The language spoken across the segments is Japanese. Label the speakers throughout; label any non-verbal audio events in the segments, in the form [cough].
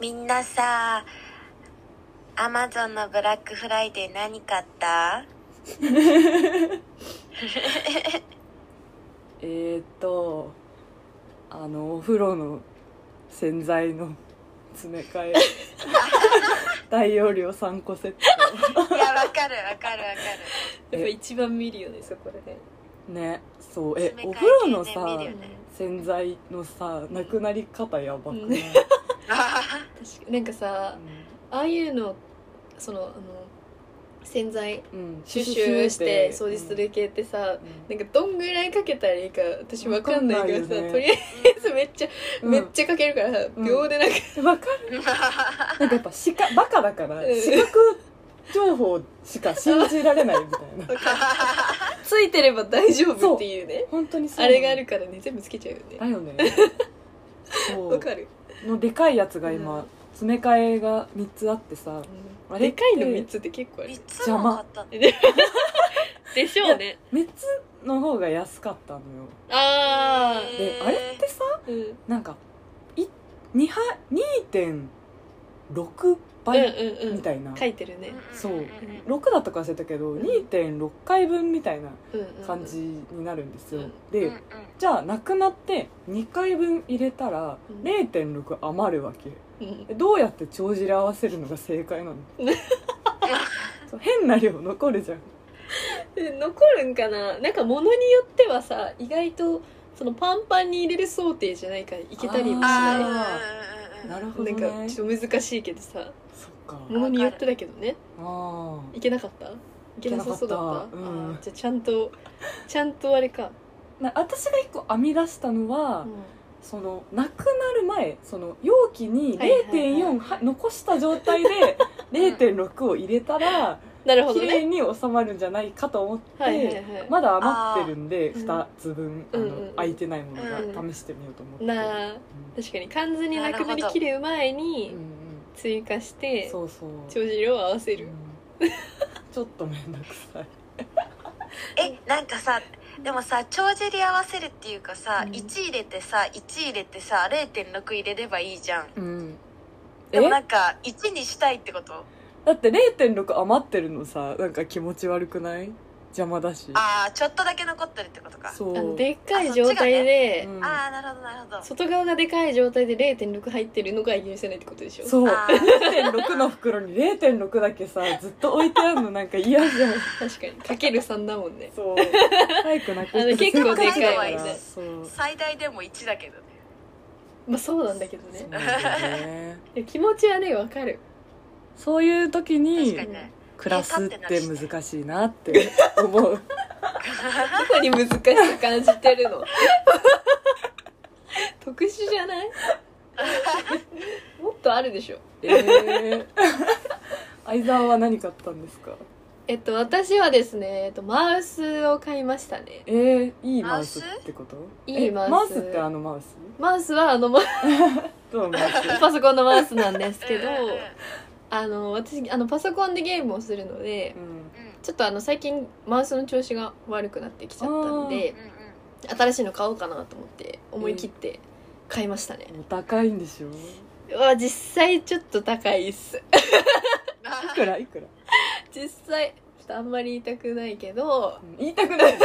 Speaker 1: みんなさ、アマゾンのブラックフライデー何買
Speaker 2: [laughs]
Speaker 1: った
Speaker 2: えー、っとあのお風呂の洗剤の詰め
Speaker 3: [laughs]
Speaker 2: 替え大容量3個セッ
Speaker 1: いや、わかるわかるわか
Speaker 3: やっぱ一番見るよねそこら辺
Speaker 2: トねそう
Speaker 1: る。
Speaker 2: え
Speaker 1: 詰
Speaker 2: お
Speaker 1: め替
Speaker 2: 風呂の
Speaker 1: え系ね見
Speaker 2: さ
Speaker 1: るよね
Speaker 2: 洗剤のさなくなり方やばく
Speaker 3: うん
Speaker 2: ない、
Speaker 3: 確かなんかさああいうのそのあの洗剤
Speaker 2: うん、
Speaker 3: シュシュして掃除す
Speaker 2: うん
Speaker 3: る系ってさ、なんかどんぐらいかけたらいいか私わかんないから
Speaker 2: わ
Speaker 3: さ、
Speaker 2: かんないよね
Speaker 3: とりあえずめ [laughs] っちゃ、
Speaker 2: うん
Speaker 3: めっちゃかけるからさ
Speaker 2: うん
Speaker 3: 秒でなんか、
Speaker 2: わかるなんかやっぱ視覚バカだから視覚情報しか信じられないみたいな
Speaker 3: [laughs] ついてれば大丈夫っていうね
Speaker 2: 本当にそう
Speaker 3: あれがあるからね全部つけちゃうよ
Speaker 2: だ
Speaker 3: ね [laughs]
Speaker 2: よねそ
Speaker 3: わ
Speaker 2: う
Speaker 3: かる、
Speaker 2: のでかいやつが今、
Speaker 3: うん
Speaker 2: 詰め替えが3つあってさ
Speaker 3: うん
Speaker 2: あれ
Speaker 3: で
Speaker 2: って
Speaker 3: かいの3つって結構ある
Speaker 1: いつも買ったの
Speaker 3: でしょうね
Speaker 2: 3つの方が安かったのよ
Speaker 3: あ
Speaker 1: へ
Speaker 2: で
Speaker 1: ー
Speaker 2: あれってさ
Speaker 3: あうん
Speaker 2: なんかい2は2.6倍
Speaker 3: うんうんうん
Speaker 2: みたいな、
Speaker 3: 書いてるね、
Speaker 2: そうん
Speaker 1: んん
Speaker 2: 6だったか忘れたけど
Speaker 3: ん
Speaker 2: 2.6回分みたいな
Speaker 3: うんうんうん
Speaker 2: 感じになるんですよ、
Speaker 3: うん
Speaker 1: うん
Speaker 2: で、
Speaker 1: うん
Speaker 2: じゃあなくなって2回分入れたら
Speaker 3: うん
Speaker 2: 0.6余るわけ
Speaker 3: うん
Speaker 2: えどうやって帳尻合わせるのが正解
Speaker 3: [laughs]
Speaker 2: なのそう変な量残るじゃん
Speaker 3: え残るんかななんか物によってはさ意外とそのパンパンに入れる想定じゃないからいけたりもし
Speaker 1: あ
Speaker 3: ない
Speaker 1: ー
Speaker 3: な
Speaker 1: うんうんうんうん
Speaker 2: なるほどね
Speaker 3: んかちょっと難しいけどさ
Speaker 2: そっか
Speaker 3: 物によってだけどね
Speaker 2: あ
Speaker 3: いけなかったいけなさそうだった
Speaker 2: いけなかったうん
Speaker 3: あーじゃあちゃんとちゃんとあれか、
Speaker 2: あな私が一個編み出したのは、
Speaker 3: うん
Speaker 2: そのなくなる前その容器に
Speaker 3: はいはいはい
Speaker 2: 0.4は残した状態
Speaker 3: [laughs]
Speaker 2: で0.6を入れたら
Speaker 3: なるほど
Speaker 2: 綺麗
Speaker 3: ね
Speaker 2: に収まるんじゃないかと思って、
Speaker 3: はいはいはい、
Speaker 2: まだ余ってるんで
Speaker 3: あー
Speaker 2: 2つ分あ
Speaker 3: う
Speaker 2: の、
Speaker 3: んうんうん
Speaker 2: 空いてないもの
Speaker 3: う
Speaker 2: が
Speaker 3: ん
Speaker 2: 試してみようと思って、
Speaker 3: なあ確かに完全になくなりきる前
Speaker 2: うんう
Speaker 3: に
Speaker 2: ん
Speaker 3: 追加し
Speaker 2: うん
Speaker 3: て
Speaker 2: そうそう
Speaker 3: 帳尻を合わせる
Speaker 2: うんちょっと面倒くさい
Speaker 1: えなんかさでもさ帳尻合わせるっていうかさ、
Speaker 3: うん
Speaker 1: 1入れてさ1入れてさ0.6入れればいいじゃん
Speaker 2: うん
Speaker 1: でもな
Speaker 2: え
Speaker 1: んか1にしたいってこと
Speaker 2: だって0.6余ってるのさなんか気持ち悪くない邪魔だし
Speaker 1: ああちょっとだけ残ってるってことか
Speaker 2: そう
Speaker 3: あのでっかい状態で、
Speaker 2: うん
Speaker 1: ああなるほどなるほど
Speaker 3: 外側がでかい状態で0.6入ってるのが許せないってことでしょ
Speaker 2: そう
Speaker 1: あ
Speaker 2: 0.6の袋に0.6だけさずっと置いてあるのなんか嫌じゃん
Speaker 3: 確かにかける3だもんね
Speaker 2: そう早くなく
Speaker 3: あの結
Speaker 1: でかい
Speaker 3: 構
Speaker 1: わ
Speaker 2: せっかくだからそう
Speaker 1: 最大でも1だけどね
Speaker 3: まあそうなんだけど
Speaker 2: そ
Speaker 3: ね
Speaker 2: うだね
Speaker 3: いや気持ちはねわかる
Speaker 2: そういう時
Speaker 1: 確
Speaker 2: に
Speaker 1: かにね
Speaker 2: 暮らすって難しいな
Speaker 1: [laughs]
Speaker 2: って思う
Speaker 3: どこに難しく感じてるの [laughs] 特殊じゃない [laughs] もっとあるでしょ
Speaker 2: えー、相沢は何買ったんですか
Speaker 3: えっと私はですね、えっと、マウスを買いましたね
Speaker 2: えー、いいマウスってこと
Speaker 3: いいマウ
Speaker 2: え
Speaker 3: ス
Speaker 2: マウスってあのマウス
Speaker 3: マウスはあのま
Speaker 2: どうマウス
Speaker 3: パソコンのマウスなんですけど
Speaker 1: うんうんうん
Speaker 3: あの私あのパソコンでゲームをするので
Speaker 2: うん
Speaker 3: ちょっとあの最近マウスの調子が悪くなってきちゃったんで
Speaker 1: うんうん
Speaker 3: 新しいの買おうかなと思って思い切って買いましたね、
Speaker 2: お高いんでしょ
Speaker 3: うわ実際ちょっと高いっす
Speaker 2: いくらいくら
Speaker 3: 実際ちょっとあんまり言いたくないけど
Speaker 2: うん言いたく
Speaker 3: [laughs]
Speaker 2: ない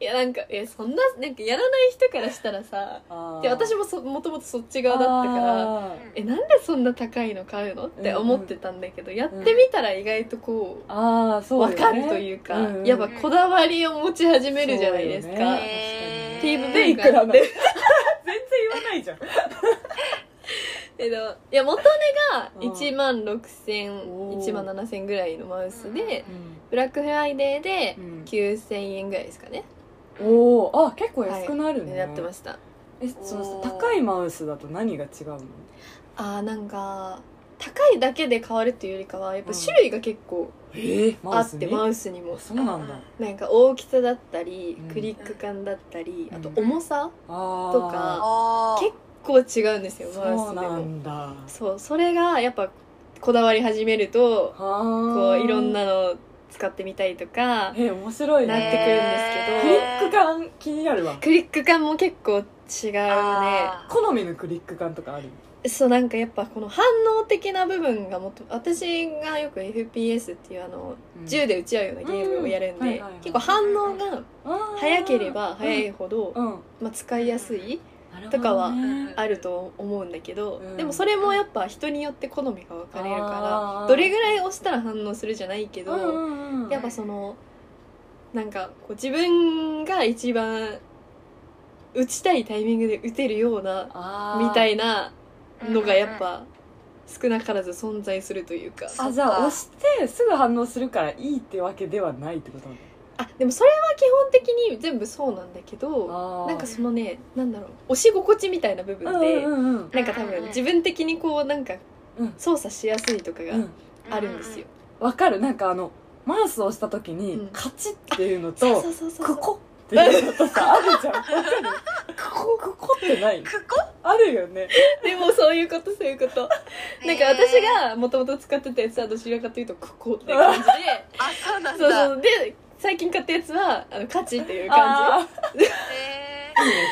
Speaker 3: いやなんかいやそんななんかやらない人からしたらさ
Speaker 2: あー
Speaker 3: で私もそもともとそっち側だったから
Speaker 2: あー
Speaker 3: えなんでそんな高いの買うのって思ってたんだけど、やってみたら意外とこう、
Speaker 2: あーそう
Speaker 3: わ
Speaker 2: よね
Speaker 3: かるというか、
Speaker 2: うんうん
Speaker 3: やっぱこだわりを持ち始めるじゃないです
Speaker 2: そうよ
Speaker 3: か、
Speaker 2: ね
Speaker 1: えー
Speaker 3: っていう部
Speaker 2: でい
Speaker 3: 分
Speaker 2: くら
Speaker 3: が
Speaker 2: な
Speaker 3: あ
Speaker 2: の
Speaker 3: っ
Speaker 2: [laughs] 全
Speaker 3: て
Speaker 2: 然言わないじゃん
Speaker 3: えのいや元値が
Speaker 2: うん
Speaker 3: 1万6000
Speaker 2: おー
Speaker 3: 1万7000ぐらいのマウスで
Speaker 2: う
Speaker 3: ブラックフライデーで
Speaker 2: ん
Speaker 3: 9000円ぐらいですかね、
Speaker 2: おおあ結構安くなるね、
Speaker 3: やってました
Speaker 2: えその
Speaker 1: お
Speaker 2: さ
Speaker 1: ー
Speaker 2: 高いマウスだと何が違うの
Speaker 3: あーなんか高いだけで変わるっていうよりかはやっぱ種類が結構
Speaker 2: えー、マ
Speaker 3: あ
Speaker 2: ウ
Speaker 3: っ
Speaker 2: ス
Speaker 3: て、
Speaker 2: に
Speaker 3: マウスにも
Speaker 2: そうなんだ
Speaker 3: なんか大きさだったり、
Speaker 2: うん
Speaker 3: クリック感だったり、
Speaker 2: うん
Speaker 3: あと重さ
Speaker 2: あー
Speaker 3: とか
Speaker 1: あー
Speaker 3: 結こう違うんですよマウ
Speaker 2: そう
Speaker 3: スで
Speaker 2: な
Speaker 3: も
Speaker 2: んだは
Speaker 3: そうそれがやっぱこだわり始めると
Speaker 2: あ
Speaker 3: こういろんなの使ってみたいとか
Speaker 2: え面白い
Speaker 3: なって
Speaker 2: ね
Speaker 3: くるんです
Speaker 2: ク
Speaker 3: け
Speaker 2: リ
Speaker 3: ど
Speaker 2: ック感気になるわ
Speaker 3: クリック感も結構違うね
Speaker 1: あー
Speaker 2: 好みのクリック感とかある
Speaker 3: そうなんかやっぱこの反応的な部分がもっと私がよく FPS っていうあの
Speaker 2: うん
Speaker 3: 銃で撃ち合うようなゲームをやる
Speaker 2: う
Speaker 3: ん
Speaker 2: んはい
Speaker 3: で
Speaker 2: はいはい
Speaker 3: 結構反応が早ければ早いほど、
Speaker 2: うんうん
Speaker 3: まあ、使いやすい
Speaker 2: なるほどね
Speaker 3: とかは
Speaker 2: うん
Speaker 3: あると思うんだけど、
Speaker 2: うん
Speaker 3: でもそれもやっぱ人によって好みが分かれるか
Speaker 2: あー
Speaker 3: らどれぐらい押したら反応するじゃないけど、
Speaker 2: うんうん
Speaker 3: やっぱそのなんかこう自分が一番打ちたいタイミングで打てるような
Speaker 2: あー
Speaker 3: みたいな
Speaker 1: うん
Speaker 3: のがやっぱ少なからず存在するというか
Speaker 2: あじゃあ押してすぐ反応するからいいってわけではないってこと
Speaker 3: あでもそれは基本的に全部そうなんだけど
Speaker 2: あ
Speaker 3: なんかそのねなんだろう押し心地みたいな部分で、
Speaker 2: うんうんうん
Speaker 3: なんか多分自分的にこうなんか
Speaker 2: うん
Speaker 3: 操作しやすいとか
Speaker 2: う
Speaker 3: が
Speaker 2: ん
Speaker 3: あるんですよ。
Speaker 2: わかるなんかあのマウスを押した時
Speaker 3: う
Speaker 2: に
Speaker 3: ん
Speaker 2: カチッっていうの
Speaker 3: そう
Speaker 2: と
Speaker 3: そうそうそう
Speaker 2: クコっていうのとさあるじゃんわかるクコクコってない
Speaker 1: クコ
Speaker 2: あるよね
Speaker 3: でもそういうことそういう
Speaker 2: [laughs]
Speaker 3: ことなんか私がもともと使ってたやつはどちらかというとクコって感じで
Speaker 1: あそうなん
Speaker 3: [laughs] そう
Speaker 1: だ
Speaker 3: そうで最近買ったやつはあのカチっていう感
Speaker 2: あ
Speaker 1: へ
Speaker 2: ーいいね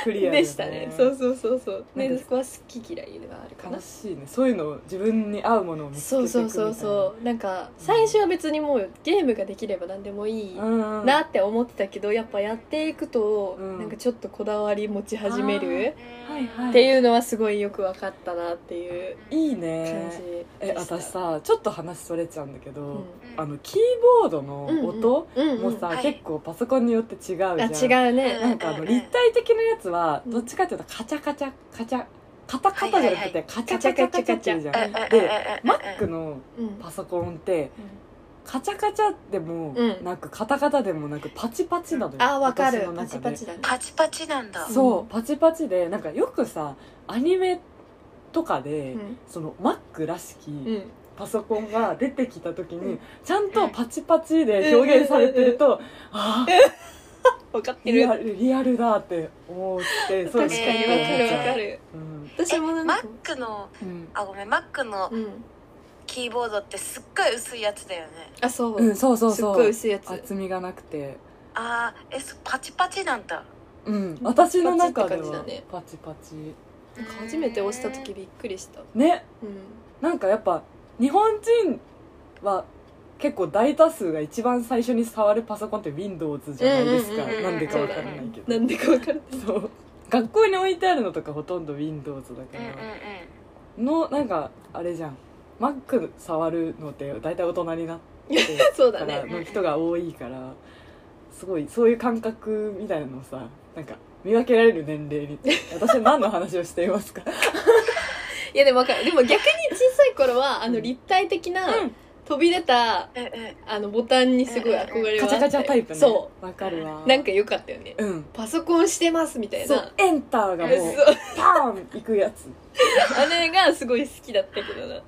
Speaker 2: ク
Speaker 3: じ
Speaker 2: リアだね
Speaker 3: でしたねそうそうそうそう
Speaker 2: な
Speaker 3: ね
Speaker 2: んか
Speaker 3: そこは好き嫌いではあるかな
Speaker 2: 楽しいねそういうのを自分に合うものを見つけ
Speaker 3: そ
Speaker 2: て
Speaker 3: う
Speaker 2: いく
Speaker 3: そ
Speaker 2: み
Speaker 3: う
Speaker 2: たいな
Speaker 3: そうそうなんか最初は別にもうゲームができれば何でもいい
Speaker 2: うんうん
Speaker 3: なって思ってたけどやっぱやっていくと
Speaker 2: うん
Speaker 3: なんかちょっとこだわり持ち始める
Speaker 1: ー
Speaker 2: はいはい
Speaker 3: っていうのはすごいよく分かったなっていう
Speaker 2: いい
Speaker 3: 感
Speaker 2: ね
Speaker 3: じ
Speaker 2: え
Speaker 3: でした
Speaker 2: 私さちょっと話それちゃうんだけど、
Speaker 1: うん
Speaker 2: あのキーボードの
Speaker 3: うんうん
Speaker 2: 音
Speaker 3: うんうん
Speaker 2: もさ、
Speaker 1: はい
Speaker 2: 結構パソコンによって違うじゃん
Speaker 3: あ違うね
Speaker 2: なんかあ
Speaker 1: うん
Speaker 2: の
Speaker 1: うんうん
Speaker 2: 立体的なやつは
Speaker 3: うん
Speaker 2: どっちかっていうとカチャカチャカチャカタカタじゃなく
Speaker 1: は
Speaker 2: てカチャカチャカチャっていうじゃん
Speaker 3: カチャカチャカチ
Speaker 1: う
Speaker 3: ャ
Speaker 1: んうんうんうんうん
Speaker 2: で Mac の
Speaker 3: うん
Speaker 2: パソコンってカチャカチャでも
Speaker 3: うん
Speaker 2: なくカタカタでもなくパチパチなのよ
Speaker 3: あわか
Speaker 2: 私
Speaker 3: る
Speaker 2: の
Speaker 3: パ
Speaker 2: 中で
Speaker 3: チパチだね
Speaker 1: パチパチなんだ
Speaker 2: そううんパチパチでなんかよくさアニメとかで、
Speaker 3: うん
Speaker 2: その Mac らしき、
Speaker 3: うん
Speaker 2: パソコンが出てきた時に、
Speaker 3: うん
Speaker 2: ちゃんとパチパチで表現されてると、ああ
Speaker 3: 分かって
Speaker 2: リ
Speaker 3: る
Speaker 2: アルリアルだって思って
Speaker 3: 確かに
Speaker 1: す
Speaker 3: 分
Speaker 1: ね
Speaker 3: かる分か、る
Speaker 2: うん
Speaker 3: 私
Speaker 1: え
Speaker 3: もなんか
Speaker 1: Mac の
Speaker 2: うん
Speaker 1: あごめん Mac の
Speaker 3: うん
Speaker 1: キーボードってすっごい薄いやつだよね
Speaker 3: あそう
Speaker 2: うん、そうそう
Speaker 3: すっ
Speaker 2: そ
Speaker 3: ごいう薄いやつ
Speaker 2: 厚みがなくて、
Speaker 1: あーえそパチパチなんだ
Speaker 2: うん、私の中で
Speaker 3: パチって
Speaker 2: は
Speaker 3: 感じだね
Speaker 2: パチパチ
Speaker 3: なんか初めて押した時びっくりした
Speaker 2: ね
Speaker 3: うん
Speaker 2: なんかやっぱ日本人は結構大多数が一番最初に触るパソコンって Windows じゃないですか、
Speaker 3: うんうんうんうん
Speaker 2: なんでかわからないけど
Speaker 3: なんでか分かる
Speaker 2: そう学校に置いてあるのとかほとんど Windows だ
Speaker 1: う
Speaker 2: か
Speaker 1: んうんう
Speaker 2: ら、
Speaker 1: ん
Speaker 2: のなんかあれじゃん Mac 触るのって大体大人になって
Speaker 3: そう
Speaker 2: か
Speaker 3: だ
Speaker 2: ら
Speaker 3: ね
Speaker 2: の人が多いからすごいそういう感覚みたいなのをさなんか見分けられる年齢
Speaker 3: [laughs]
Speaker 2: に私は何の話をしていますか
Speaker 3: いやでも分かるでも逆に小さい頃はあの立体的な
Speaker 2: うん
Speaker 3: 飛び出た
Speaker 1: うんうん
Speaker 3: あのボタンにすごい憧れ
Speaker 2: カ
Speaker 3: は
Speaker 2: チャカチャタイプね
Speaker 3: そ
Speaker 2: わかるわ
Speaker 3: うなんか良かったよね
Speaker 2: うん
Speaker 3: パソコンしてますみたい
Speaker 2: そ
Speaker 3: な
Speaker 2: うエンターがもう
Speaker 3: そう
Speaker 2: パーンいくやつわ
Speaker 3: あれがすごい好きだったけどな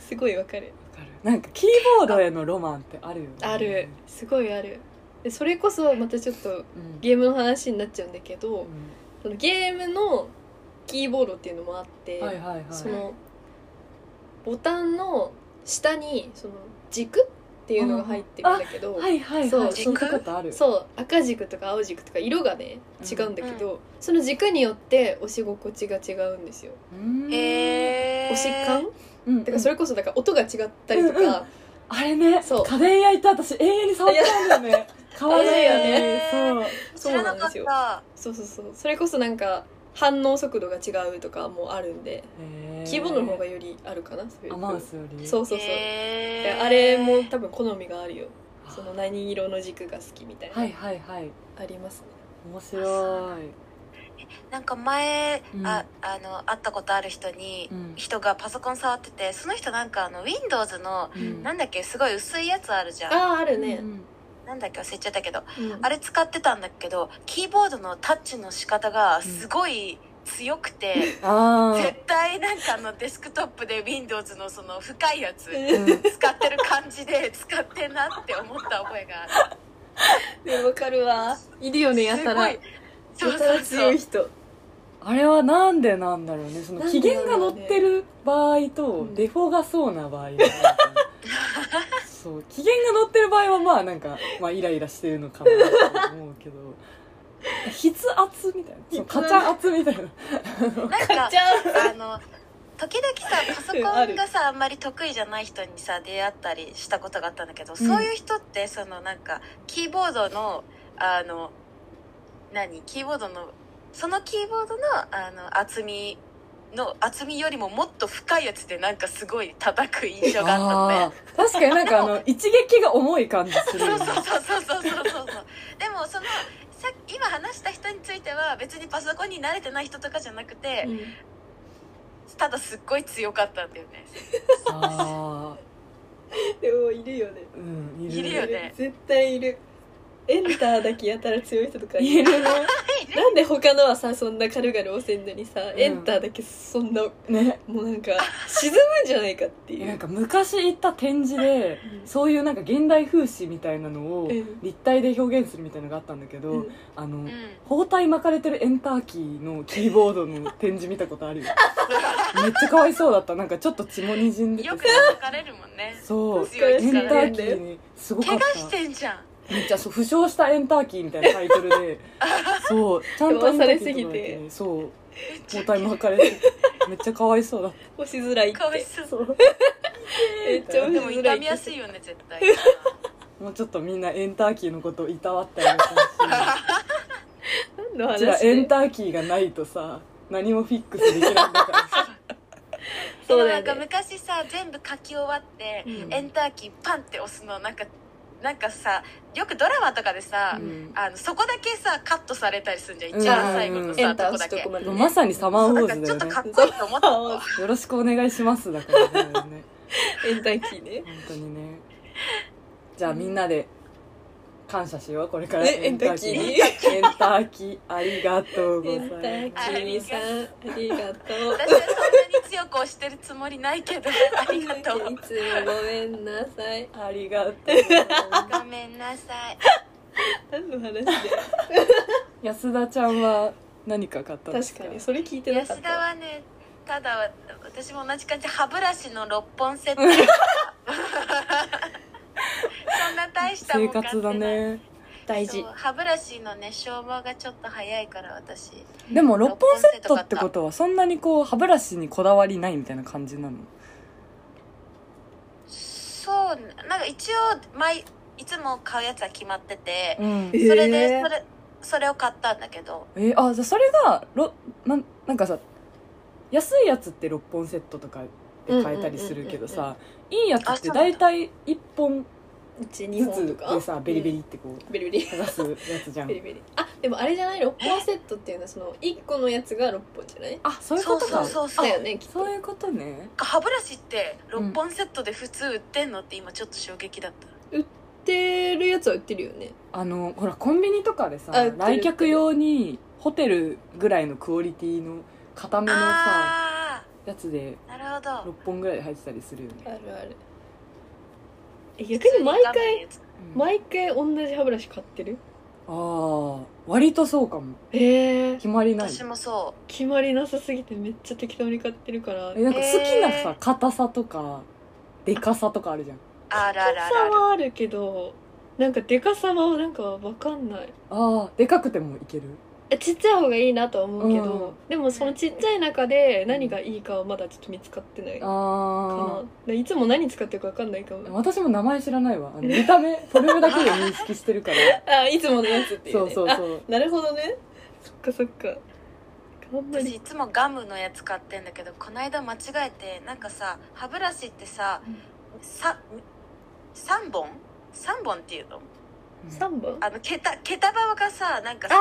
Speaker 3: すごい分かる
Speaker 2: かるなんかキーボードへのロマンってあるよね
Speaker 3: あるすごいあるでそれこそまたちょっと
Speaker 2: うん
Speaker 3: ゲームの話になっちゃうんだけど
Speaker 2: う
Speaker 3: そのゲームのキーボードっていうのもあって、
Speaker 2: んはいはいはい
Speaker 3: そのボタンの下にその軸っていうのが入ってるんだけど、
Speaker 2: はいはいはい
Speaker 3: そう
Speaker 2: 聞いたことある
Speaker 3: そう赤軸とか青軸とか色がね違うんだけど、その軸によって押し心地が違うんですよ
Speaker 2: うん
Speaker 1: へー
Speaker 3: 押し感
Speaker 2: うん
Speaker 3: だからそれこそだから音が違ったりとか、
Speaker 2: うんうんあれね
Speaker 3: そう
Speaker 2: 家電焼いて私永遠に触ってたんだよね可愛いよね
Speaker 1: えー
Speaker 2: そう
Speaker 1: 知らなかった
Speaker 3: そうそうそうそうそれこそなんか反応速度が違うとかもあるんでキーボードの方がよりあるかなそういう
Speaker 2: あマウスより
Speaker 3: そうそうそう、
Speaker 1: へ
Speaker 3: で
Speaker 1: ー
Speaker 3: あれも多分好みがあるよ
Speaker 2: あ
Speaker 3: その何色の軸が好きみたいな、
Speaker 2: はいはいはい
Speaker 3: ありますね
Speaker 2: 面白い
Speaker 1: なんか前、
Speaker 2: うん
Speaker 1: ああの会ったことある人に、
Speaker 2: うん
Speaker 1: 人がパソコン触っててその人なんかあの Windows の
Speaker 2: うん
Speaker 1: なんだっけすごい薄いやつあるじゃん
Speaker 3: あああるね
Speaker 2: う、ん
Speaker 1: なんだっけ忘れちゃったけど
Speaker 3: うん
Speaker 1: あれ使ってたんだけどキーボードのタッチの仕方がすごい強くて、
Speaker 2: あ
Speaker 3: [laughs]
Speaker 1: 絶対なんかあのデスクトップで Windows のその深いやつ
Speaker 2: ーうん
Speaker 1: 使ってる感じで使ってんなって思った覚えがある
Speaker 3: で [laughs] わかるわいるよねやたらや
Speaker 1: すごいそう
Speaker 3: た
Speaker 1: そ
Speaker 3: ら
Speaker 1: うそ
Speaker 3: 強
Speaker 1: う
Speaker 3: い人
Speaker 2: あれはなんでなんだろうねその機嫌が乗ってる場合と
Speaker 3: なんでだろうね
Speaker 2: デフォがそうな場合はそう機嫌が乗ってる場合はまあなんか、まあ、イライラしてるのかなと思うけど筆圧みたいなそのカチャ圧みたいな
Speaker 1: なん
Speaker 3: 買
Speaker 1: か
Speaker 3: っちゃう
Speaker 1: あの時々さパソコ
Speaker 3: うんあ
Speaker 1: ン
Speaker 3: る
Speaker 1: がさあんまり得意じゃない人にさ出会ったりしたことがあったんだけど、そういう人ってそのなんかキーボードのあの何キーボードのそのキーボードのあの厚みの厚みよりももっと深いやつでなんかすごい叩く印象があったのね。
Speaker 2: あー確かになんかあの一撃が重い感じする
Speaker 1: そう
Speaker 2: よ
Speaker 1: そ
Speaker 2: ね
Speaker 1: うそうそうそうそうそうでもそのさ今話した人については別にパソコンに慣れてない人とかじゃなくて、
Speaker 3: うん
Speaker 1: ただすっごい強かったんだよね
Speaker 2: あ
Speaker 3: でもいるよね
Speaker 2: ーうん
Speaker 1: いるよね
Speaker 3: 絶対いるエンターだけやたら強い人とか
Speaker 2: い
Speaker 3: いる
Speaker 2: るね
Speaker 3: なんで他のはさそんな軽々押せんのにさ、
Speaker 2: ん
Speaker 3: エンターだけそんなも
Speaker 2: ね
Speaker 3: うなんか沈むんじゃないかってい
Speaker 2: なん
Speaker 3: う
Speaker 2: か昔行った展示で
Speaker 3: うん
Speaker 2: そういうなんか現代風刺みたいなのを
Speaker 3: うん
Speaker 2: 立体で表現するみたいなのがあったんだけど、
Speaker 3: うん
Speaker 2: あの、
Speaker 1: うん
Speaker 2: 包帯巻かれてるエンターキーのキーボードの展示見たことあるよめっちゃかわいそうだったなんかちょっと血もにじんでて
Speaker 1: よ
Speaker 2: さ
Speaker 1: く叩かれるもんね
Speaker 2: そう
Speaker 1: 強い
Speaker 2: エンタ
Speaker 1: 力で
Speaker 2: ーキーにすごか
Speaker 1: 怪
Speaker 2: っ
Speaker 1: 我
Speaker 2: た
Speaker 1: してんじゃん
Speaker 2: めっちゃそう負傷したエンターキーみたいなタイトルでそうちゃんとエンターキーとかだけにそう包帯巻かれてめっちゃかわいそうだっ
Speaker 3: 押しづらいって
Speaker 1: かわいそう
Speaker 3: めっちゃ押
Speaker 1: で
Speaker 3: し
Speaker 1: も
Speaker 3: づ
Speaker 1: 痛
Speaker 3: らいって
Speaker 1: みやすいよね絶対
Speaker 2: たもうちょっとみんなエンターキーのことをいたわってあげてほし
Speaker 1: [laughs]
Speaker 2: い
Speaker 3: 何の
Speaker 2: う
Speaker 3: 話
Speaker 2: ちらエンターキーがないとさ何もフィックスできないんだからさ
Speaker 1: で
Speaker 3: そ
Speaker 1: も
Speaker 3: う
Speaker 1: な
Speaker 3: だ
Speaker 1: んか
Speaker 3: よね
Speaker 1: 昔さ全部書き終わって、
Speaker 3: うん
Speaker 1: エンターキーパンって押すのなんかなんかさよくドラマとかでさ、
Speaker 2: うん
Speaker 1: あのそこだけさカットされたりするんじゃん一番最後のさ、
Speaker 3: エンタ
Speaker 1: と
Speaker 3: ー
Speaker 1: こ
Speaker 3: 押
Speaker 1: だ
Speaker 3: しと
Speaker 1: け
Speaker 3: こまで
Speaker 2: もう
Speaker 3: ね
Speaker 2: まさにサマーウ
Speaker 1: な
Speaker 2: ォ
Speaker 1: んか
Speaker 2: ーズ
Speaker 1: ち
Speaker 2: だ
Speaker 1: ょっ
Speaker 2: よ
Speaker 1: と
Speaker 2: ね
Speaker 1: かっこいいと思ったの
Speaker 2: よろしくお願いしますだからねね
Speaker 3: エンターキーね
Speaker 2: 本当に [laughs] ねじゃあみんなで感謝しようこれから
Speaker 3: ねエンターキーに
Speaker 2: エンターキーありがとうご
Speaker 3: エ
Speaker 2: ざ
Speaker 3: ンタ
Speaker 2: い
Speaker 3: ー
Speaker 2: ます
Speaker 3: キーさんありがと
Speaker 1: 私
Speaker 3: う
Speaker 1: はそんなに強く押してるつもりないけどありがと
Speaker 3: いうつもごめんなさい
Speaker 2: ありがとう
Speaker 1: ごめんなさい
Speaker 3: 何の話で
Speaker 2: 安田ちゃんは何か買ったんです
Speaker 3: 確
Speaker 2: か
Speaker 3: かにそれ聞いてなかっ
Speaker 1: 安
Speaker 3: た
Speaker 1: 田はねただ私も同じ感じで歯ブラシの6本セットそんな大したも
Speaker 2: 生
Speaker 1: ん買ってない
Speaker 2: 活だね
Speaker 3: 大
Speaker 1: そう歯ブラシのね消耗がちょっと早いから私
Speaker 2: でも6
Speaker 1: 六
Speaker 2: 本
Speaker 1: 本
Speaker 2: セ
Speaker 1: セ
Speaker 2: ッ
Speaker 1: ッ
Speaker 2: ト
Speaker 1: ト
Speaker 2: ってことはそんなにこう歯ブラシにこだわりないみたいな感じなの
Speaker 1: そうねなんか一応毎いつも買うやつは決まってて
Speaker 2: うん
Speaker 3: え
Speaker 1: それで
Speaker 3: へー
Speaker 1: それそれを買ったんだけど
Speaker 2: えーあじゃあそれがろなんなんかさ安いやつって6本セットとかで買えたりするけど
Speaker 3: うんうん
Speaker 2: さいいやつ
Speaker 1: あ
Speaker 2: って
Speaker 1: そうなん
Speaker 2: 大
Speaker 1: だ
Speaker 2: 体1本
Speaker 3: 12
Speaker 2: ず
Speaker 3: 本
Speaker 2: つ
Speaker 3: とか
Speaker 2: でさベリベリってこう
Speaker 3: ベリベリ
Speaker 2: 剥がすやつじゃん
Speaker 3: [laughs] ベリベリあでもあれじゃない6本セットっていうのはその1個のやつが6本じゃない
Speaker 2: あそういうこと
Speaker 1: そ
Speaker 2: か
Speaker 1: うそうそう
Speaker 3: だよねきっと
Speaker 2: そういうことね
Speaker 1: 歯ブラシって6本セットで普通売ってんのって今ちょっと衝撃だった、
Speaker 3: 売ってるやつは売ってるよね
Speaker 2: あのほらコンビニとかでさ
Speaker 3: あ売ってる
Speaker 2: 来客用にホテルぐらいのクオリティの固めのさ
Speaker 1: あ
Speaker 2: やつで
Speaker 1: あなるほど
Speaker 2: 6本ぐらい入ってたりするよね
Speaker 3: あるあるえ逆に毎
Speaker 1: 普通に
Speaker 3: 回
Speaker 1: ガムのやつ
Speaker 2: うん
Speaker 3: 毎回同じ歯ブラシ買ってる
Speaker 2: あー割とそうかも
Speaker 3: ええ
Speaker 2: 決まりない
Speaker 1: 私もそ
Speaker 3: 決まりなさすぎてめっちゃ適当に買ってるから
Speaker 2: えなんか好きなさ、
Speaker 1: えー
Speaker 2: 硬さとかでかさとかあるじゃん
Speaker 1: うあらあ
Speaker 3: 硬
Speaker 1: らあ
Speaker 3: さ
Speaker 1: らあら
Speaker 3: はあるけどなんかでかさはなんかわかんない
Speaker 2: ああでかくてもいける
Speaker 3: えちっちゃい方がいいなとは思うけど、でもそのちっちゃい中で何がいいかはまだちょっと見つかってないか
Speaker 2: あ
Speaker 3: なでいつも何使ってるかわかんないか
Speaker 2: あ
Speaker 3: も
Speaker 2: 私も名前知らないわあの見た目フォルムだけで認識してるから
Speaker 3: あいつものやつっていう、
Speaker 2: そう
Speaker 3: ね、
Speaker 2: そうそう
Speaker 3: あなるほどねそっかそっかあんま
Speaker 1: 私
Speaker 3: り
Speaker 1: いつもガムのやつ買ってんだけどこないだ間違えてなんかさ歯ブラシってさ
Speaker 3: うん
Speaker 1: さ3本 ?3 本っていうの
Speaker 3: 3本
Speaker 1: あの毛た毛束がさなんかさ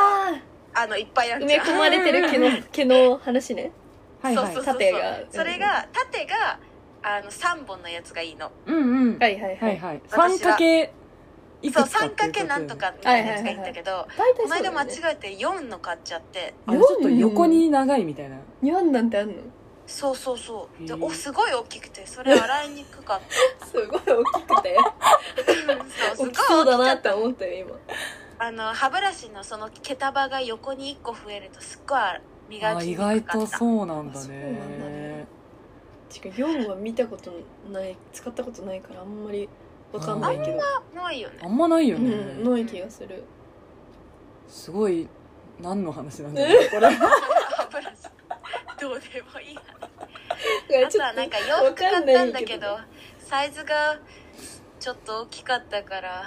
Speaker 1: あ
Speaker 3: あ
Speaker 1: のいっぱいあ
Speaker 3: ー埋
Speaker 1: るじ
Speaker 3: め
Speaker 1: ゃん
Speaker 3: 込まれてる毛の毛の話ね
Speaker 2: はいはい
Speaker 1: そうそう
Speaker 3: 縦が
Speaker 1: それが縦があの3本のやつがいいの
Speaker 2: うんうん
Speaker 3: はいはいは
Speaker 2: はい
Speaker 3: い
Speaker 2: はい
Speaker 1: 私は
Speaker 2: 三かけい
Speaker 1: そう
Speaker 2: くつかっ
Speaker 1: 3
Speaker 2: て
Speaker 1: かけ
Speaker 2: いうことよね
Speaker 1: なんとかみたいなやつがいいんだけど
Speaker 3: 大体
Speaker 1: こ
Speaker 3: そ
Speaker 1: の
Speaker 3: うだ
Speaker 1: 間
Speaker 3: よ
Speaker 1: 間違
Speaker 3: ね
Speaker 1: えて4の買っちゃって
Speaker 2: あのちょっと横に長いみたいな
Speaker 3: 4なんてあんの
Speaker 1: そうそうそうで
Speaker 2: へえ
Speaker 1: おすごい大きくてそれ洗いにくかっ
Speaker 3: [laughs] すごい大きくて
Speaker 1: たうんそうす
Speaker 3: 大きそう
Speaker 1: ごい
Speaker 3: だなって思ったよ今
Speaker 1: あの歯ブラシのその毛束が横に1個増えるとすっごい磨
Speaker 2: あ
Speaker 1: き
Speaker 2: 意
Speaker 1: にく
Speaker 2: 外
Speaker 1: か
Speaker 2: と
Speaker 1: った
Speaker 2: そうなんだ
Speaker 3: そうなんだ
Speaker 2: ね
Speaker 3: ねしか4は見たことない使ったことないからあんまりわかんないけど
Speaker 1: ないよね
Speaker 2: あんまないよね、
Speaker 3: うんない気がする
Speaker 2: すごい何の話なんだろうこれ
Speaker 1: 歯ブラシどうでもいい話あとはなんか洋服買ったんだけどサイズがちょっと大きかったから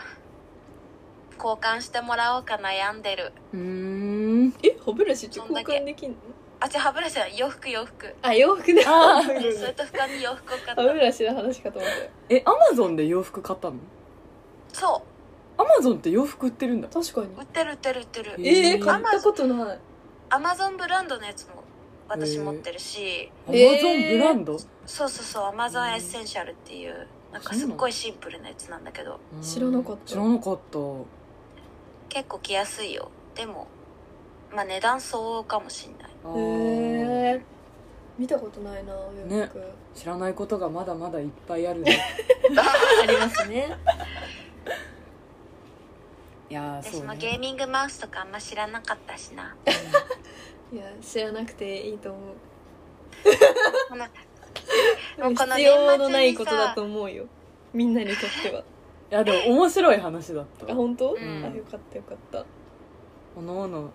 Speaker 1: 交換してもらおうか悩んでる
Speaker 2: うーん
Speaker 3: え歯ブラシって交換できんの
Speaker 1: あじゃあ歯ブラシだ洋服洋服
Speaker 3: あ洋服だ
Speaker 2: あ
Speaker 3: ごめんごめん
Speaker 1: それと他に洋服を買っ
Speaker 3: 歯ブ
Speaker 1: た
Speaker 3: ラシの話かと思っ
Speaker 2: えアマゾンで洋服買ったの
Speaker 1: そ
Speaker 2: アマゾンって洋服売ってるんだ
Speaker 3: た確
Speaker 1: う売
Speaker 3: か
Speaker 1: ってる売ってる売ってる
Speaker 2: え
Speaker 3: に
Speaker 2: ー
Speaker 3: えー、買ったことない
Speaker 1: アマゾンブランドのやつも私持ってるし、
Speaker 2: アマゾ
Speaker 3: えー
Speaker 2: ンブランド、
Speaker 1: そうそうそうアマゾンエッセンシャルっていうなんかすっごいシンプルなやつなんだけど
Speaker 2: うん
Speaker 3: 知らなかった
Speaker 2: 知らなかった
Speaker 1: 結構着やすいよでもまあ値段相応かもしんない
Speaker 2: あ
Speaker 3: へ
Speaker 2: ー
Speaker 3: えー、見たことないなお洋服、
Speaker 2: 知らないことがまだまだいっぱいある
Speaker 3: [laughs]
Speaker 2: ね
Speaker 3: ありますね
Speaker 2: いやー
Speaker 1: 私
Speaker 2: そう
Speaker 1: も
Speaker 2: ね
Speaker 1: ゲーミングマウスとかあんま知らなかったしな
Speaker 3: いや知らなくていいと思
Speaker 1: [laughs]
Speaker 3: う
Speaker 1: このもうこの年末
Speaker 3: 必
Speaker 1: にさ
Speaker 3: 要のないことだと思うよみんなにとってはい
Speaker 2: やでも面 [laughs] 白い話だった
Speaker 3: あ本当、
Speaker 1: うん
Speaker 3: あよかったよかった
Speaker 2: おのおの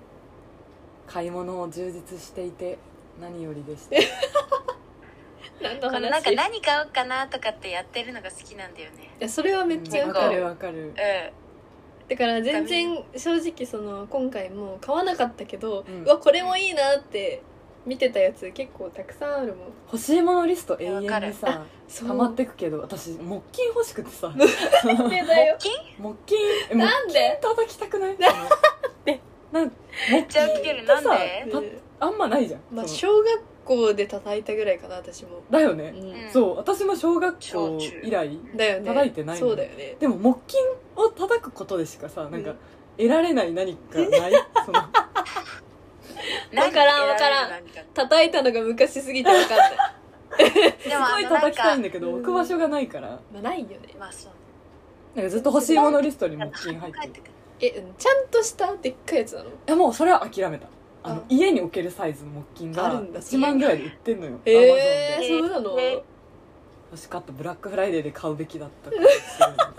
Speaker 2: 買い物を充実していて何よりでした
Speaker 3: 何の
Speaker 1: この
Speaker 3: 話
Speaker 1: なんか何買おうかなとかってやってるのが好きなんだよね
Speaker 3: いやそれはめっちゃ
Speaker 2: うん
Speaker 3: わ
Speaker 2: わ
Speaker 3: か
Speaker 2: か
Speaker 3: る
Speaker 2: るわかる
Speaker 1: う
Speaker 3: だから全然正直その今回も買わなかったけど、
Speaker 2: う
Speaker 3: うんわこれもいいなって見てたやつ結構たくさんあるもん
Speaker 2: 欲しいものリスト永遠に
Speaker 1: わ
Speaker 2: さ
Speaker 3: そ
Speaker 2: 溜まってくけど私木琴欲しくてさ
Speaker 3: うだよ
Speaker 1: ん金
Speaker 2: 木琴え木
Speaker 3: [laughs] なんで
Speaker 2: 琴叩きたくない
Speaker 3: で
Speaker 2: なん
Speaker 1: めっちゃ起きてるなんで
Speaker 2: たあんまないじゃん、
Speaker 3: まあ
Speaker 2: そう
Speaker 3: 小学校で叩いたぐらいかな私も、
Speaker 2: だよ
Speaker 3: う
Speaker 2: ね、
Speaker 3: ん
Speaker 1: うん
Speaker 2: そう私も小学校
Speaker 1: 小中
Speaker 2: 以来
Speaker 3: だよね
Speaker 2: 叩いてないの
Speaker 3: そうだよね
Speaker 2: でも木琴を叩くことでしかさなんか、
Speaker 3: うん
Speaker 2: 得られない何か
Speaker 3: [laughs]
Speaker 2: ないその
Speaker 1: 何
Speaker 3: わからん
Speaker 1: 選べる
Speaker 3: わから
Speaker 1: 何か
Speaker 3: 叩いたのが昔すぎて分か
Speaker 2: [laughs]
Speaker 3: んない、
Speaker 1: ですも
Speaker 2: ご
Speaker 1: あ
Speaker 2: い
Speaker 1: のなん
Speaker 2: 叩きた
Speaker 1: か
Speaker 2: いんだけど
Speaker 3: うん
Speaker 2: 置く場所がないから
Speaker 3: まあ、ないよね
Speaker 1: まあそう
Speaker 2: なんかずっと欲しいものリストに木琴入って
Speaker 1: 帰っ
Speaker 2: る
Speaker 1: てくる
Speaker 3: えうんちゃんとしたでっかいやつなの
Speaker 2: いやもうそれは諦めたあの
Speaker 3: あ
Speaker 2: 家に置けるサイズの木琴が
Speaker 3: あるんだ
Speaker 2: 1万ぐらいで売ってんのよ Amazon
Speaker 3: へ
Speaker 2: で
Speaker 3: え
Speaker 1: で
Speaker 3: そうなの、
Speaker 1: で
Speaker 2: 欲しかったブラックフライデーで買うべきだったかもしれない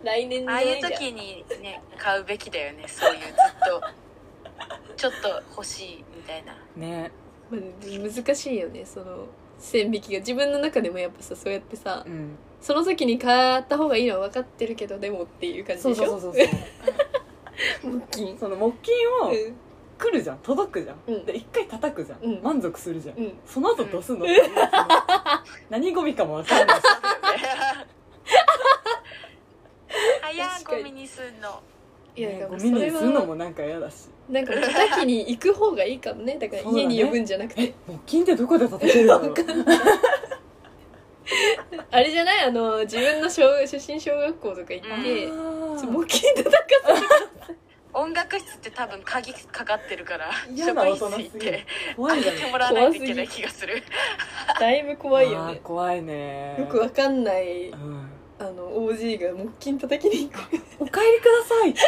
Speaker 3: 来年じ
Speaker 1: あ
Speaker 3: ゃ
Speaker 1: あ
Speaker 3: ない
Speaker 1: いう
Speaker 3: じゃん
Speaker 1: 時にね買うべきだよねそういうずっと [laughs] ちょっと欲しいみたい
Speaker 3: [laughs]
Speaker 1: な
Speaker 2: ね
Speaker 3: まあ難しいよねその線引きが自分の中でもやっぱさそうやってさ
Speaker 2: うん
Speaker 3: その時に買った方がいいのは分かってるけどでもっていう感じ
Speaker 2: そう
Speaker 3: でし
Speaker 2: そう
Speaker 3: ょ
Speaker 2: そうそうそう
Speaker 3: [laughs] 木琴
Speaker 2: その木琴を
Speaker 3: う
Speaker 2: 来るじゃん届くじゃん、
Speaker 3: うん
Speaker 2: で一回叩くじゃん、
Speaker 3: うん
Speaker 2: 満足するじゃん、
Speaker 3: ん、うん、
Speaker 2: その後どうすんの、っていうその何ゴミかもわかんないし
Speaker 1: 早
Speaker 3: 確かに
Speaker 1: ゴミにすんの
Speaker 3: いや
Speaker 2: ね
Speaker 3: だか
Speaker 2: ゴ
Speaker 3: ら
Speaker 2: ミ
Speaker 3: そ
Speaker 2: に
Speaker 3: れ
Speaker 2: するの
Speaker 3: は
Speaker 2: もなんか嫌だし
Speaker 3: なんか叩きに行く方がいいかもねだから
Speaker 2: そうだね
Speaker 3: 家に呼ぶんじゃなくて、
Speaker 2: [laughs] え木琴ってどこで叩けるの
Speaker 3: わかあれじゃないあの自分の小出身小学校とか行って、ちょ
Speaker 2: う
Speaker 3: 木琴叩か
Speaker 1: 音楽室って多分鍵かかってるから
Speaker 2: 嫌な
Speaker 1: 職
Speaker 2: 大
Speaker 1: 員
Speaker 2: 人
Speaker 1: 室
Speaker 2: す
Speaker 1: 行っ
Speaker 2: ぎる
Speaker 1: て
Speaker 2: 怖い
Speaker 1: 開け
Speaker 2: んじゃない
Speaker 1: てもらわないといけない気がする
Speaker 3: だいぶ怖いよ
Speaker 2: あー
Speaker 3: ね
Speaker 2: 怖いね
Speaker 3: よくわかんない
Speaker 2: うん
Speaker 3: あの OG が木琴叩きに行く
Speaker 2: お帰りくださいって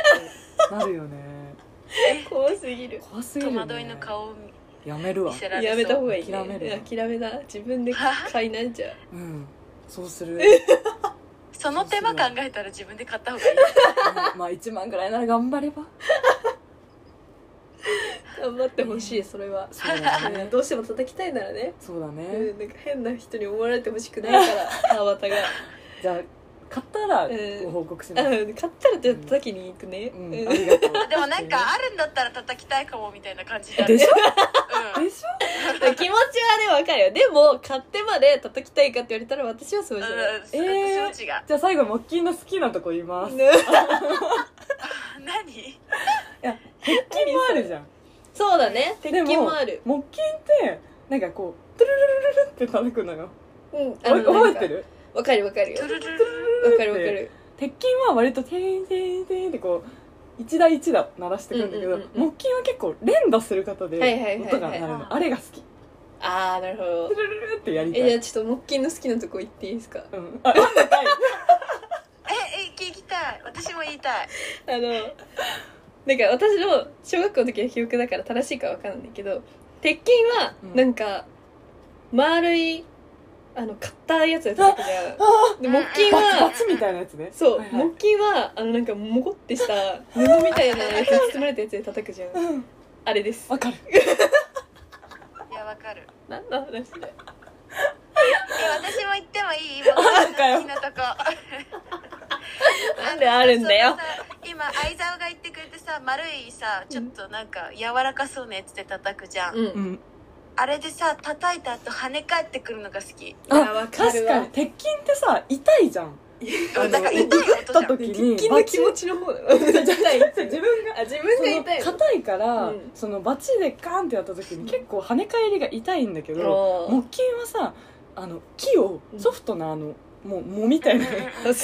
Speaker 2: なるよね
Speaker 3: 怖すぎる
Speaker 2: 怖すぎる、
Speaker 1: 戸
Speaker 2: ね、
Speaker 1: 惑いの顔を見
Speaker 2: やめるわ
Speaker 1: 見せられそう
Speaker 3: やめた方がいい、ね、
Speaker 2: 諦めるわ
Speaker 3: 諦めだ自分で買いなんじゃ
Speaker 2: う
Speaker 3: う
Speaker 2: んそうする
Speaker 1: [laughs] その手間考えたら自分で買った方がいい
Speaker 2: まあまあ1万ぐらいなら頑張れば
Speaker 3: 頑張ってほしいそれは、
Speaker 2: そうだ
Speaker 3: ね
Speaker 2: ね
Speaker 3: どうしても叩きたいならね
Speaker 2: そうだね、
Speaker 3: うん、なんか変な人に思われてほしくないから [laughs] 川端が
Speaker 2: じゃあ買ったら
Speaker 3: うん
Speaker 2: ご報告します、
Speaker 3: あ買ったらちょっと叩きに行くね、
Speaker 2: うん
Speaker 3: うん
Speaker 2: ありがとう
Speaker 1: でもなんかあるんだったら叩きたいかもみたいな感じになる
Speaker 2: でしょ
Speaker 1: うん
Speaker 2: でしょ
Speaker 3: 気持ちはね分かるよでも買ってまで叩きたいかって言われたら私はそうじゃない、
Speaker 1: うん私は違う
Speaker 2: じゃあ最後木琴の好きなとこ言います
Speaker 3: ね
Speaker 1: 何
Speaker 2: 鉄筋もあるじゃん
Speaker 3: そうだね鉄
Speaker 2: で
Speaker 3: 筋もある
Speaker 2: 木琴ってなんかこうトゥルルルルルって叩くのよ
Speaker 3: うん
Speaker 2: お覚えて
Speaker 3: る
Speaker 2: る
Speaker 3: わかるわかるよ
Speaker 1: トゥ
Speaker 3: わ
Speaker 1: ルルルル
Speaker 3: かるわかる
Speaker 2: 鉄筋は割と「てんてんてん」ってこう一打一打鳴らしてくんだけど、
Speaker 3: うんうんうんうん
Speaker 2: 木琴は結構連打する方
Speaker 3: はいはいはい
Speaker 2: で
Speaker 3: はい
Speaker 2: 音が鳴るのあれが好き
Speaker 3: ああなるほど
Speaker 2: トゥルルルルってやりた
Speaker 3: えじゃ
Speaker 2: い
Speaker 3: あちょっと木琴の好きなとこ行っていいですか
Speaker 2: うんあなんだかい
Speaker 1: ええ聞きたい私も言いたい
Speaker 3: あの、なんか私の小学校の時の記憶だから正しいかわかんないけど、鉄筋は
Speaker 2: うん、
Speaker 3: なんか、丸い、あの、硬いやつやった時じゃん。
Speaker 2: あ
Speaker 3: で、木琴
Speaker 2: ーバチバ
Speaker 3: は、
Speaker 2: チみたいなやつね
Speaker 3: そう、
Speaker 2: はいはい
Speaker 3: 木琴は、あの、なんか、もこってした布みたいなやつに包まれたやつで叩くじゃん。
Speaker 2: うん
Speaker 3: あれです。
Speaker 2: わかる
Speaker 1: いやわかる
Speaker 3: 何の話だよ
Speaker 1: え私も行ってもいい今
Speaker 2: なんかよ
Speaker 1: 好きなとこ
Speaker 3: なんであるんだよ
Speaker 1: そのさ今相沢が言ってくれてさ丸いさちょっとなんか柔らかそうなやつで叩くじゃん、
Speaker 3: う
Speaker 2: うんん
Speaker 1: あれでさ叩いた後跳ね返ってくるのが好き
Speaker 3: あわかる
Speaker 2: 確か
Speaker 3: わ
Speaker 2: に鉄筋ってさ痛いじゃんあの
Speaker 1: だから痛い音じゃん
Speaker 2: 打った時に
Speaker 3: 気の気持ちの方だ自
Speaker 2: 自分がその
Speaker 3: 分が痛いの
Speaker 2: 硬いから、
Speaker 3: うん
Speaker 2: そのバチでカーンってやった時に結構跳ね返りが痛いんだけど、
Speaker 3: も
Speaker 2: 木琴はさあの木をソフトなあの、もう藻みたいな
Speaker 1: うん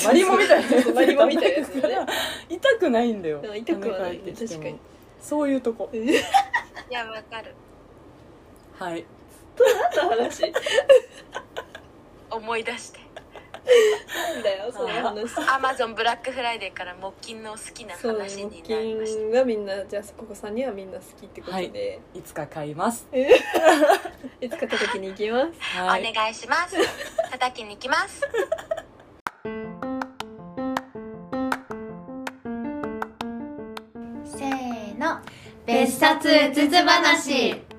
Speaker 2: マリモみたいなやつで
Speaker 3: マリモみたいなやつ
Speaker 2: 叩くから痛くないんだよ
Speaker 3: うん痛くはないね
Speaker 2: 跳ね返ってきても
Speaker 3: 確かに
Speaker 2: そういうとこ
Speaker 3: うん何
Speaker 1: いやわかる
Speaker 2: はい
Speaker 3: の話
Speaker 1: 思い出して
Speaker 3: なんだよその話
Speaker 1: アマゾンブラックフライデーから木琴の好きな
Speaker 3: そう
Speaker 1: 話
Speaker 3: 木
Speaker 1: になりました
Speaker 3: 琴がみんなじゃあここさんにはみんな好きってことで、
Speaker 2: いつか買います
Speaker 3: い、つか叩きに行きます
Speaker 2: はい
Speaker 1: お願いします叩きに行きます
Speaker 4: せーの別冊うつつ話